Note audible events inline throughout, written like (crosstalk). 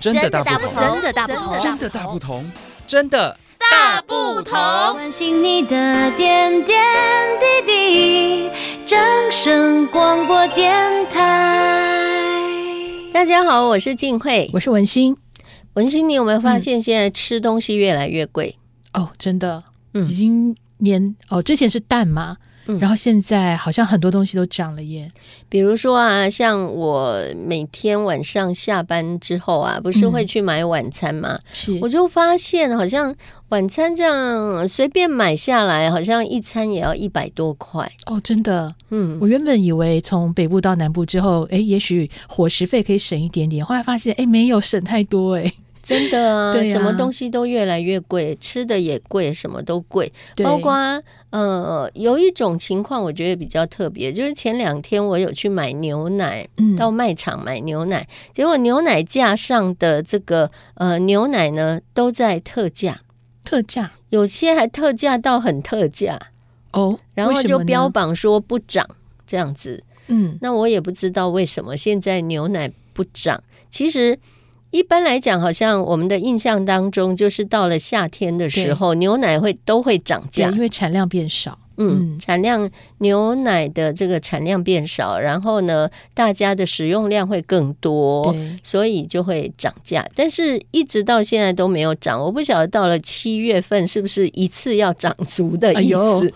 真的大大不不同，同真的大不同，真的大不同，真的大不同。关心你的点点滴滴，掌声广播电台。大家好，我是静慧。我是文心。文心，你有没有发现现在吃东西越来越贵？哦，真的，嗯已经年哦，之前是蛋嘛，嗯然后现在好像很多东西都涨了耶。比如说啊，像我每天晚上下班之后啊，不是会去买晚餐吗？是，我就发现好像晚餐这样随便买下来，好像一餐也要一百多块。哦，真的，嗯，我原本以为从北部到南部之后，哎，也许伙食费可以省一点点，后来发现，哎，没有省太多，哎，真的啊，对啊什么东西都越来越贵，吃的也贵，什么都贵。对包括呃，有一种情况我觉得比较特别，就是前两天我有去买牛奶，嗯到卖场买牛奶，结果牛奶架上的这个呃牛奶呢都在特价，特价有些还特价到很特价，哦，然为后什就么呢标，榜说不涨这样子。嗯，那我也不知道为什么现在牛奶不涨。其实一般来讲，好像我们的印象当中，就是到了夏天的时候，牛奶会都会涨对，价因。为产量变少，嗯，嗯产量牛奶的这个产量变少，然后呢，大家的使用量会更多，对，所以就会涨价。但是一直到现在都没有涨，我不晓得到了七月份是不是一次要涨足的哎意呦思、啊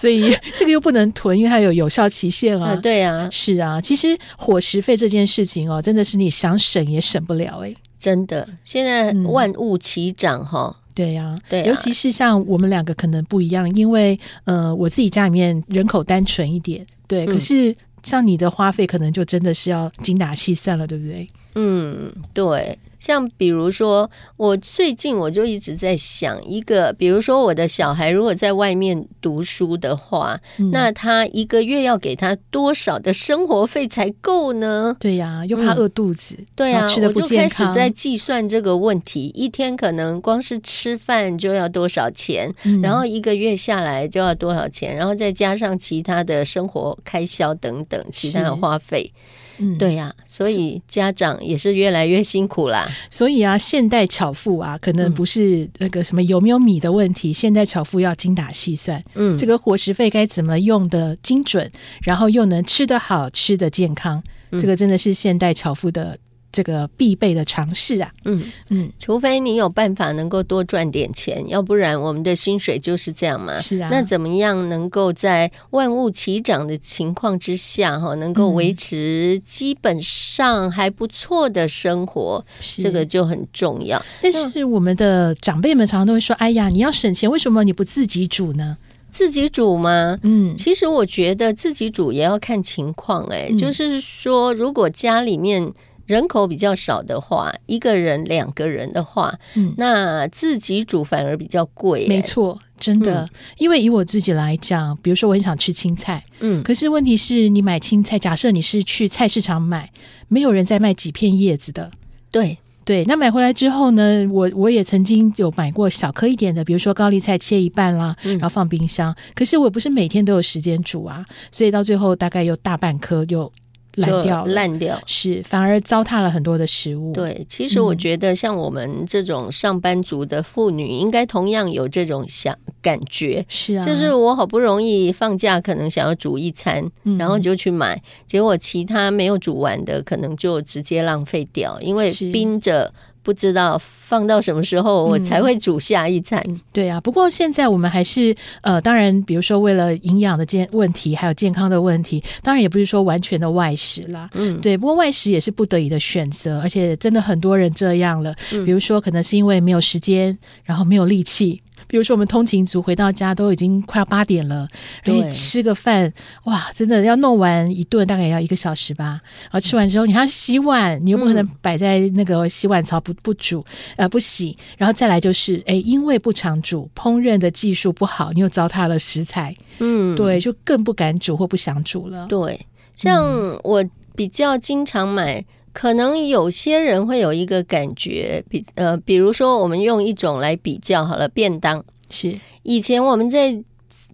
所以这个又不能囤，因为它有有效期限啊。啊？对啊，是啊，其实伙食费这件事情哦，真的是你想省也省不了哎。真的，现在嗯万物齐涨哈。对呀、对啊尤其是像我们两个可能不一样，因为呃，我自己家里面人口单纯一点，对，嗯可是。像你的花费可能就真的是要精打细算了，对不对？嗯，对。像比如说，我最近我就一直在想一个，比如说我的小孩如果在外面读书的话，嗯那他一个月要给他多少的生活费才够呢？对呀、又怕嗯饿肚子，对然啊后，吃的我不就健开始康，在计算这个问题，一天可能光是吃饭就要多少钱，嗯然后一个月下来就要多少钱，然后再加上其他的生活开销等等，其他是的花费。嗯对呀、所以家长也是越来越辛苦啦。所以啊，现代巧妇啊，可能嗯不是那个什么有没有米的问题，现代巧妇要精打细算，嗯，这个伙食费该怎么用的精准，然后又能吃得好、吃得健康，嗯这个真的是现代巧妇的这个必备的尝试啊。嗯嗯嗯，除非你有办法能够多赚点钱，要不然我们的薪水就是这样嘛。是啊，那怎么样能够在万物齐涨的情况之下，哈，能够维持基本上还不错的生活，是这个，就很重要。但是我们的长辈们常常都会说：“哎呀，你要省钱，为什么你不自己煮呢自己煮吗？？”嗯，其实我觉得自己煮也要看情况、哎、嗯就是说，如果家里面人口比较少的话，一个人、两个人的话，嗯那自己煮反而比较贵、哎没，错，真的，因为以我自己来讲，比如说我很想吃青菜，嗯，可是问题是你买青菜，假设你是去菜市场买，没有人在卖几片叶子的。对，对，那买回来之后呢，我我也曾经有买过小颗一点的，比如说高丽菜切一半啦，嗯然后放冰箱。可是我不是每天都有时间煮啊，所以到最后大概有大半颗就烂就掉了，烂掉。是反而糟蹋了很多的食物。，对，其实我嗯觉得像我们这种上班族的妇女，应该同样有这种想感觉。是啊，就是我好不容易放假，可能想要煮一餐，嗯然后就去买，结果其他没有煮完的，可能就直接浪费掉，因为是冰着，不知道放到什么时候我嗯才会煮下一餐。对啊，不过现在我们还是呃，当然，比如说为了营养的健问题，还有健康的问题，当然也不是说完全的外食啦。嗯，对，不过外食也是不得已的选择，而且真的很多人这样了。嗯比如说，可能是因为没有时间，然后没有力气。比如说，我们通勤族回到家都已经快要八点了，而对且吃个饭，哇，真的要弄完一顿大概也要一个小时吧。然后吃完之后，你还要洗碗，你又不可嗯能摆在那个洗碗槽不不煮，呃，不洗。然后再来就是，哎，因为不常煮，烹饪的技术不好，你又糟蹋了食材，嗯，对，就更不敢煮或不想煮了。对，像我比较经常买，可能有些人会有一个感觉，比呃，比如说我们用一种来比较好了，便当。是，以前我们在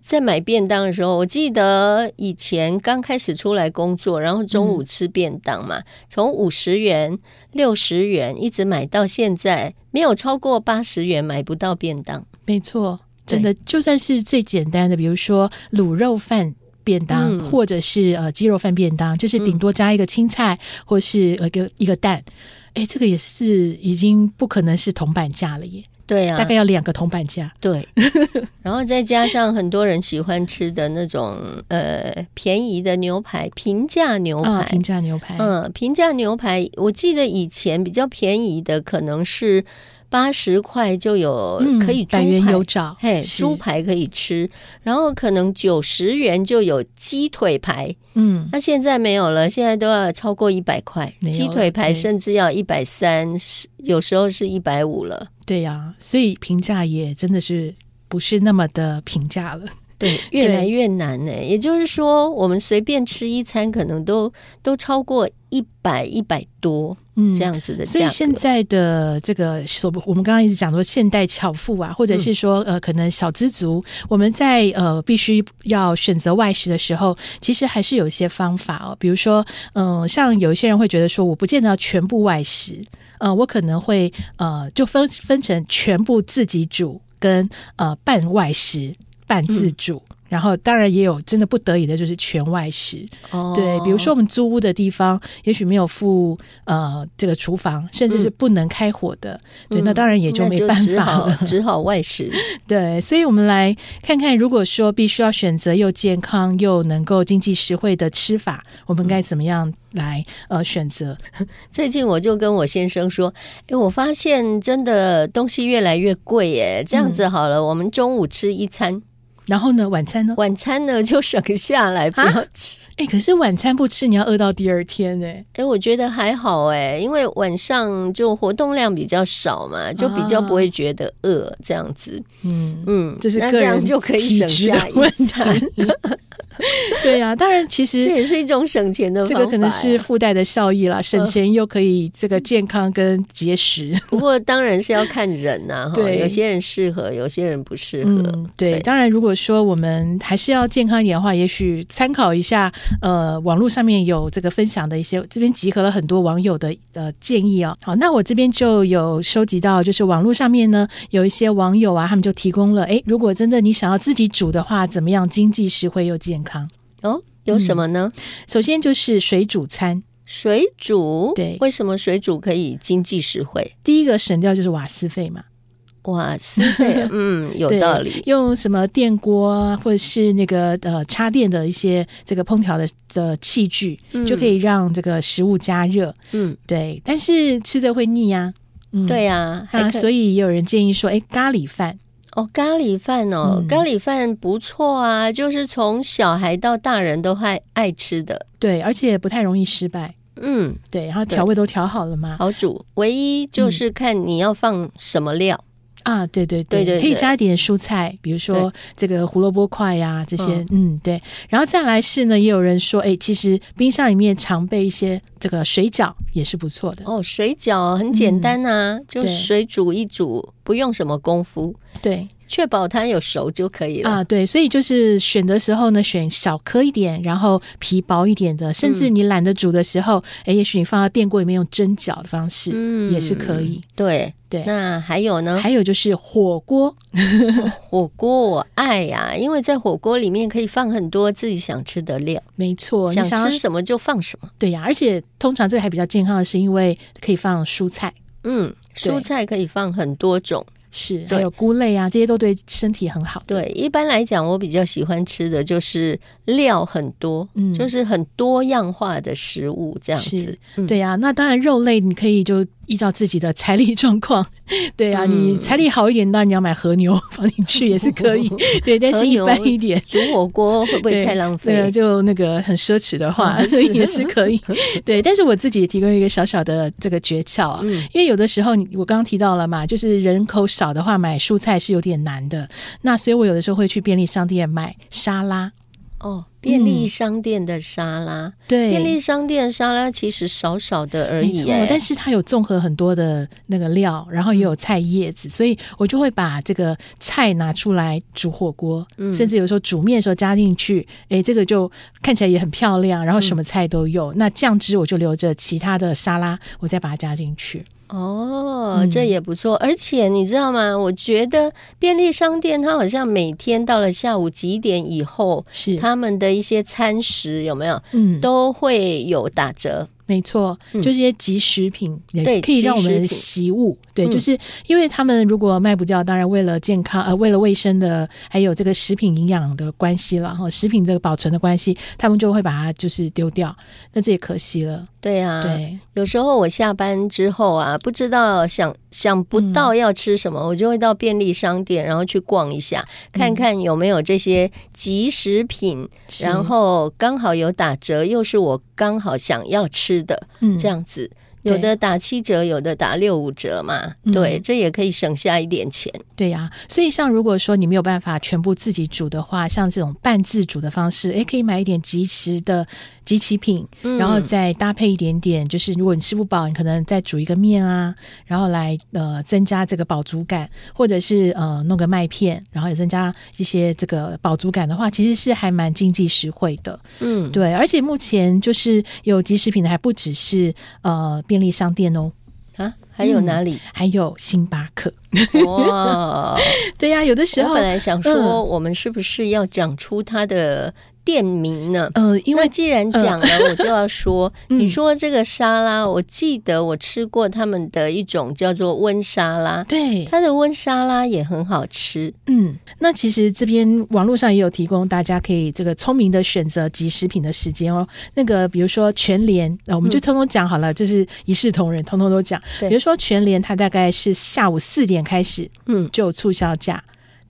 在买便当的时候，我记得以前刚开始出来工作，然后中午吃便当嘛，从五十元、六十元一直买到现在，没有超过八十元买不到便当。没错，真的，就算是最简单的，比如说卤肉饭。便当，嗯或者是呃鸡肉饭便当，就是顶多加一个青菜，或是呃一个一个蛋，哎，这个也是已经不可能是铜板价了耶，对啊，大概要两个铜板价。对，然后再加上很多人喜欢吃的那种呃便宜的牛排，平价牛啊，排平。价牛排，嗯，平价牛排，我记得以前比较便宜的可能是八十块就有可以猪嗯百元排有找，嘿，是猪，排可以吃，然后可能九十元就有鸡腿排，嗯，那现在没有了，现在都要超过一百块没，有鸡腿排对甚至要一百三，有时候是一百五了。对呀、所以评价也真的是不是那么的评价了。对，越来越难呢、欸也就是说，我们随便吃一餐，可能都都超过一百、一百多嗯这样子的价所格。以现在的这个所，我们刚刚一直讲说现代巧妇啊，嗯或者是说呃，可能小资族，我们在呃必须要选择外食的时候，其实还是有一些方法哦。比如说，嗯、像有一些人会觉得说，我不见得要全部外食，呃，我可能会呃就分分成全部自己煮跟呃半外食、半自嗯助。然后，当然也有真的不得已的，就是全外食。哦对，比如说我们租屋的地方，也许没有附呃这个厨房，甚至是不能开火的。对，那当然也就嗯那没办只法好了。只好外食。 (laughs) 对，所以我们来看看，如果说必须要选择又健康又能够经济实惠的吃法，我们该怎么样来呃选择？最近我就跟我先生说，诶，我发现真的东西越来越贵耶。这嗯样子好了，我们中午吃一餐，然后呢，晚餐呢？晚餐呢就省下来不要吃。哎，可是晚餐不吃，你要饿到第二天呢、诶，哎我觉得还好诶，因为晚上就活动量比较少嘛，就比较啊不会觉得饿、这样子。嗯，嗯，这是那个这样人就可以体省质的下一问餐，对呀、当然其 (laughs) 这实。也是一种省钱的这方法呀。个可能是附带的效益啦，嗯省钱又可以这个健康跟节食。不过当然是要看人 (laughs) 呐、哈，对有些人适合，有些人不适合。嗯，对，对当然，如果说我们还是要健康一点的话，也许参考一下，呃，网络上面有这个分享的一些，这边集合了很多网友的呃建议哦。好，那我这边就有收集到，就是网络上面呢有一些网友啊，他们就提供了，诶，如果真的你想要自己煮的话，怎么样经济实惠又健康？哦，有嗯什么呢？首先就是水煮餐，水煮，对为什么水煮可以经济实惠？第一个省掉就是瓦斯费嘛，哇， (laughs) 思费，嗯，有对道理。用什么电锅啊或者是那个呃插电的一些这个烹调的的器具，嗯就可以让这个食物加热。嗯，对，但是吃的会腻呀、嗯，对呀、还啊，可以所以也有人建议说，哎，咖喱饭，哦，咖喱饭哦，嗯咖喱饭不错啊，就是从小孩到大人都爱爱吃的。对，而且不太容易失败，嗯，对，然后调味都调好了嘛，好煮，唯一嗯就是看你要放什么料。啊，对对对对可以对加一点蔬菜，比如说这个胡萝卜块呀、这些，嗯对，然后再来是呢，也有人说，哎，其实冰箱里面常备一些这个水饺也是不错的，嗯哦，水饺很简单啊，就对水煮一煮，不用什么功夫，对，确保它有熟就可以了。啊，对，所以就是选的时候呢，选小颗一点，然后皮薄一点的，嗯甚至你懒得煮的时候，哎、也许你放到电锅里面用蒸饺的方式、也是可以。对，对，嗯那还有呢？还有就是火锅，火锅我爱呀、因为在火锅里面可以放很多自己想吃的料，没错，你想想吃要什么就放什么。对呀、而且通常这个还比较健康的是，因为可以放蔬菜，嗯，对蔬菜可以放很多种。是还对有菇类啊，这些都对身体很好的。对，一般来讲，我比较喜欢吃的就是料很多，嗯就是很多样化的食物这样子是。嗯对呀、那当然肉类你可以就依照自己的财力 (laughs) 状况，对呀、嗯你财力好一点，那你要买和牛 (laughs) 放进去也是 (laughs) 可以，对，但是一般一点。煮火锅会不会对，太浪对，费？就那个很奢侈的话，啊所以是 (laughs) 也是 (laughs) 可以。对，但是我自己也提供一个小小的这个诀窍嗯啊，因为有的时候你我刚刚提到了嘛，就是人口少的话，买蔬菜是有点难的。那所以我有的时候会去便利商店买沙拉。哦，便利商店的沙拉，对，便利商店的沙拉其实少少的而哎没已、错耶，但是它有综合很多的那个料，然后也有菜叶子，嗯所以我就会把这个菜拿出来煮火锅，嗯甚至有时候煮面的时候加进去，哎，这个就看起来也很漂亮，然后什么菜都嗯有。那酱汁我就留着其他的沙拉，我再把它加进去。哦嗯，这也不错。而且你知道吗？我觉得便利商店它好像每天到了下午几点以后，是，他们的一些餐食有没有嗯，都会有打折？没错，嗯就是一些即食品，也对可以让我即食们品习物。对，嗯就是因为他们如果卖不掉，当然为了健康，呃，为了卫生的，还有这个食品营养的关系了，哈，食品这个保存的关系，他们就会把它就是丢掉，那这也可惜了。对啊，对，有时候我下班之后啊，不知道想想不到要吃什么，嗯我就会到便利商店，然后去逛一下，看看有没有这些即食品，是然后刚好有打折，又是我刚好想要吃的，嗯这样子。有的打七折，有的打六五折嘛，嗯对，这也可以省下一点钱。对呀、所以像如果说你没有办法全部自己煮的话，像这种半自煮的方式，诶，可以买一点即食的即食品，嗯然后再搭配一点点，就是如果你吃不饱，你可能再煮一个面啊，然后来呃增加这个饱足感，或者是呃弄个麦片，然后也增加一些这个饱足感的话，其实是还蛮经济实惠的。嗯，对，而且目前就是呃有即食品的还不只是呃便利商店哦，啊，还有哪里？还有星巴克。 (laughs) 哇，对呀、有的时我候本。来想说，嗯我们是不是要讲出它的店名呢？呃，因为那既然讲了，我就要说， (laughs) 嗯你说这个沙拉，我记得我吃过他们的一种叫做温沙拉，对，它的温沙拉也很好吃。嗯，那其实这边网络上也有提供，大家可以这个聪明的选择及食品的时间哦。那个比如说全联，呃，我们就嗯通通讲好了，就是一视同仁，通通都讲。对比如说全联，它大概是下午四点开始嗯，就有促销价，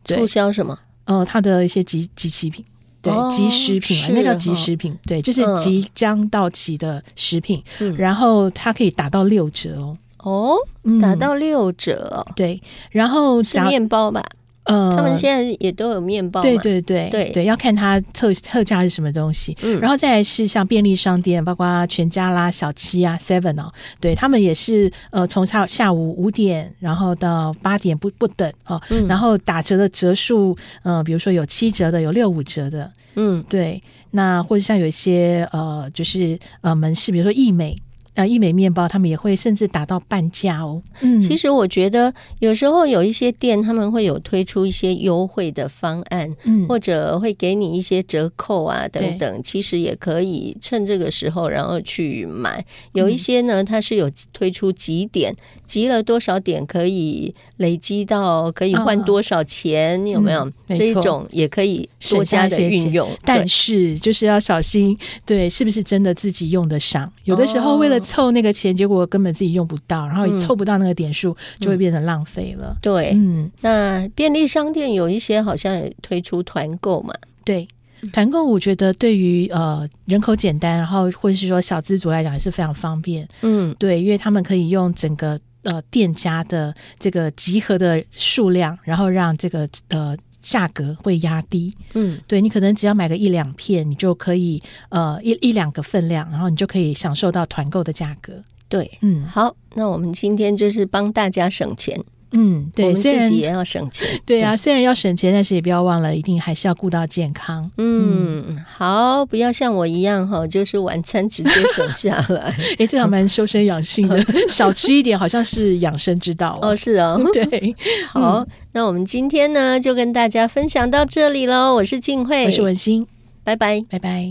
对促销什么？呃，它的一些集集齐品。对哦，即食品啊，是那叫即哦食品，对，就是嗯即将到期的食品，嗯然后它可以打到六折哦，哦，嗯打到六折哦，对，然后是假面包吧？呃，他们现在也都有面包嘛，对对对对要看它特特价是什么东西。嗯然后再来是像便利商店，包括全家啦、小七啊、Seven 哦，对他们也是呃从下下午五点，然后到八点不不等哦，嗯然后打折的折数，呃，比如说有七折的，有六五折的，嗯，对。那或者像有一些呃，就是呃门市，比如说益美。啊，益美面包他们也会甚至打到半价哦。嗯，其实我觉得有时候有一些店他们会有推出一些优惠的方案，嗯或者会给你一些折扣啊对等等，其实也可以趁这个时候然后去买。有一嗯些呢，它是有推出几点，集了多少点可以累积到可以换嗯多少钱，有没有嗯？没这一错种也可以多省加下一的些运钱用，对但是就是要小心，对，是不是真的自己用得上？有的时候哦为了凑那个钱，结果根本自己用不到，然后也嗯凑不到那个点数，就会变成浪费了。对。嗯，那便利商店有一些好像也推出团购嘛，对。团购我觉得对于呃人口简单，然后或者是说小资族来讲也是非常方便，嗯，对，因为他们可以用整个呃店家的这个集合的数量，然后让这个呃价格会压低，嗯，对你可能只要买个一两片，你就可以呃一一两个分量，然后你就可以享受到团购的价格。对，嗯好，那我们今天就是帮大家省钱，嗯，我对，们虽自然己也要省钱。对啊，虽然要省钱，但是也不要忘了，一定还是要顾到健康。嗯，好，不要像我一样哈，就是晚餐直接省下来。 (laughs) 诶，这个还蛮修身养 (laughs) 性的，少吃一点好像是养生之道哦，哦。是哦， (laughs) (laughs) 对，好，那我们今天呢就跟大家分享到这里喽。我是静慧，我是文心，拜拜。拜拜。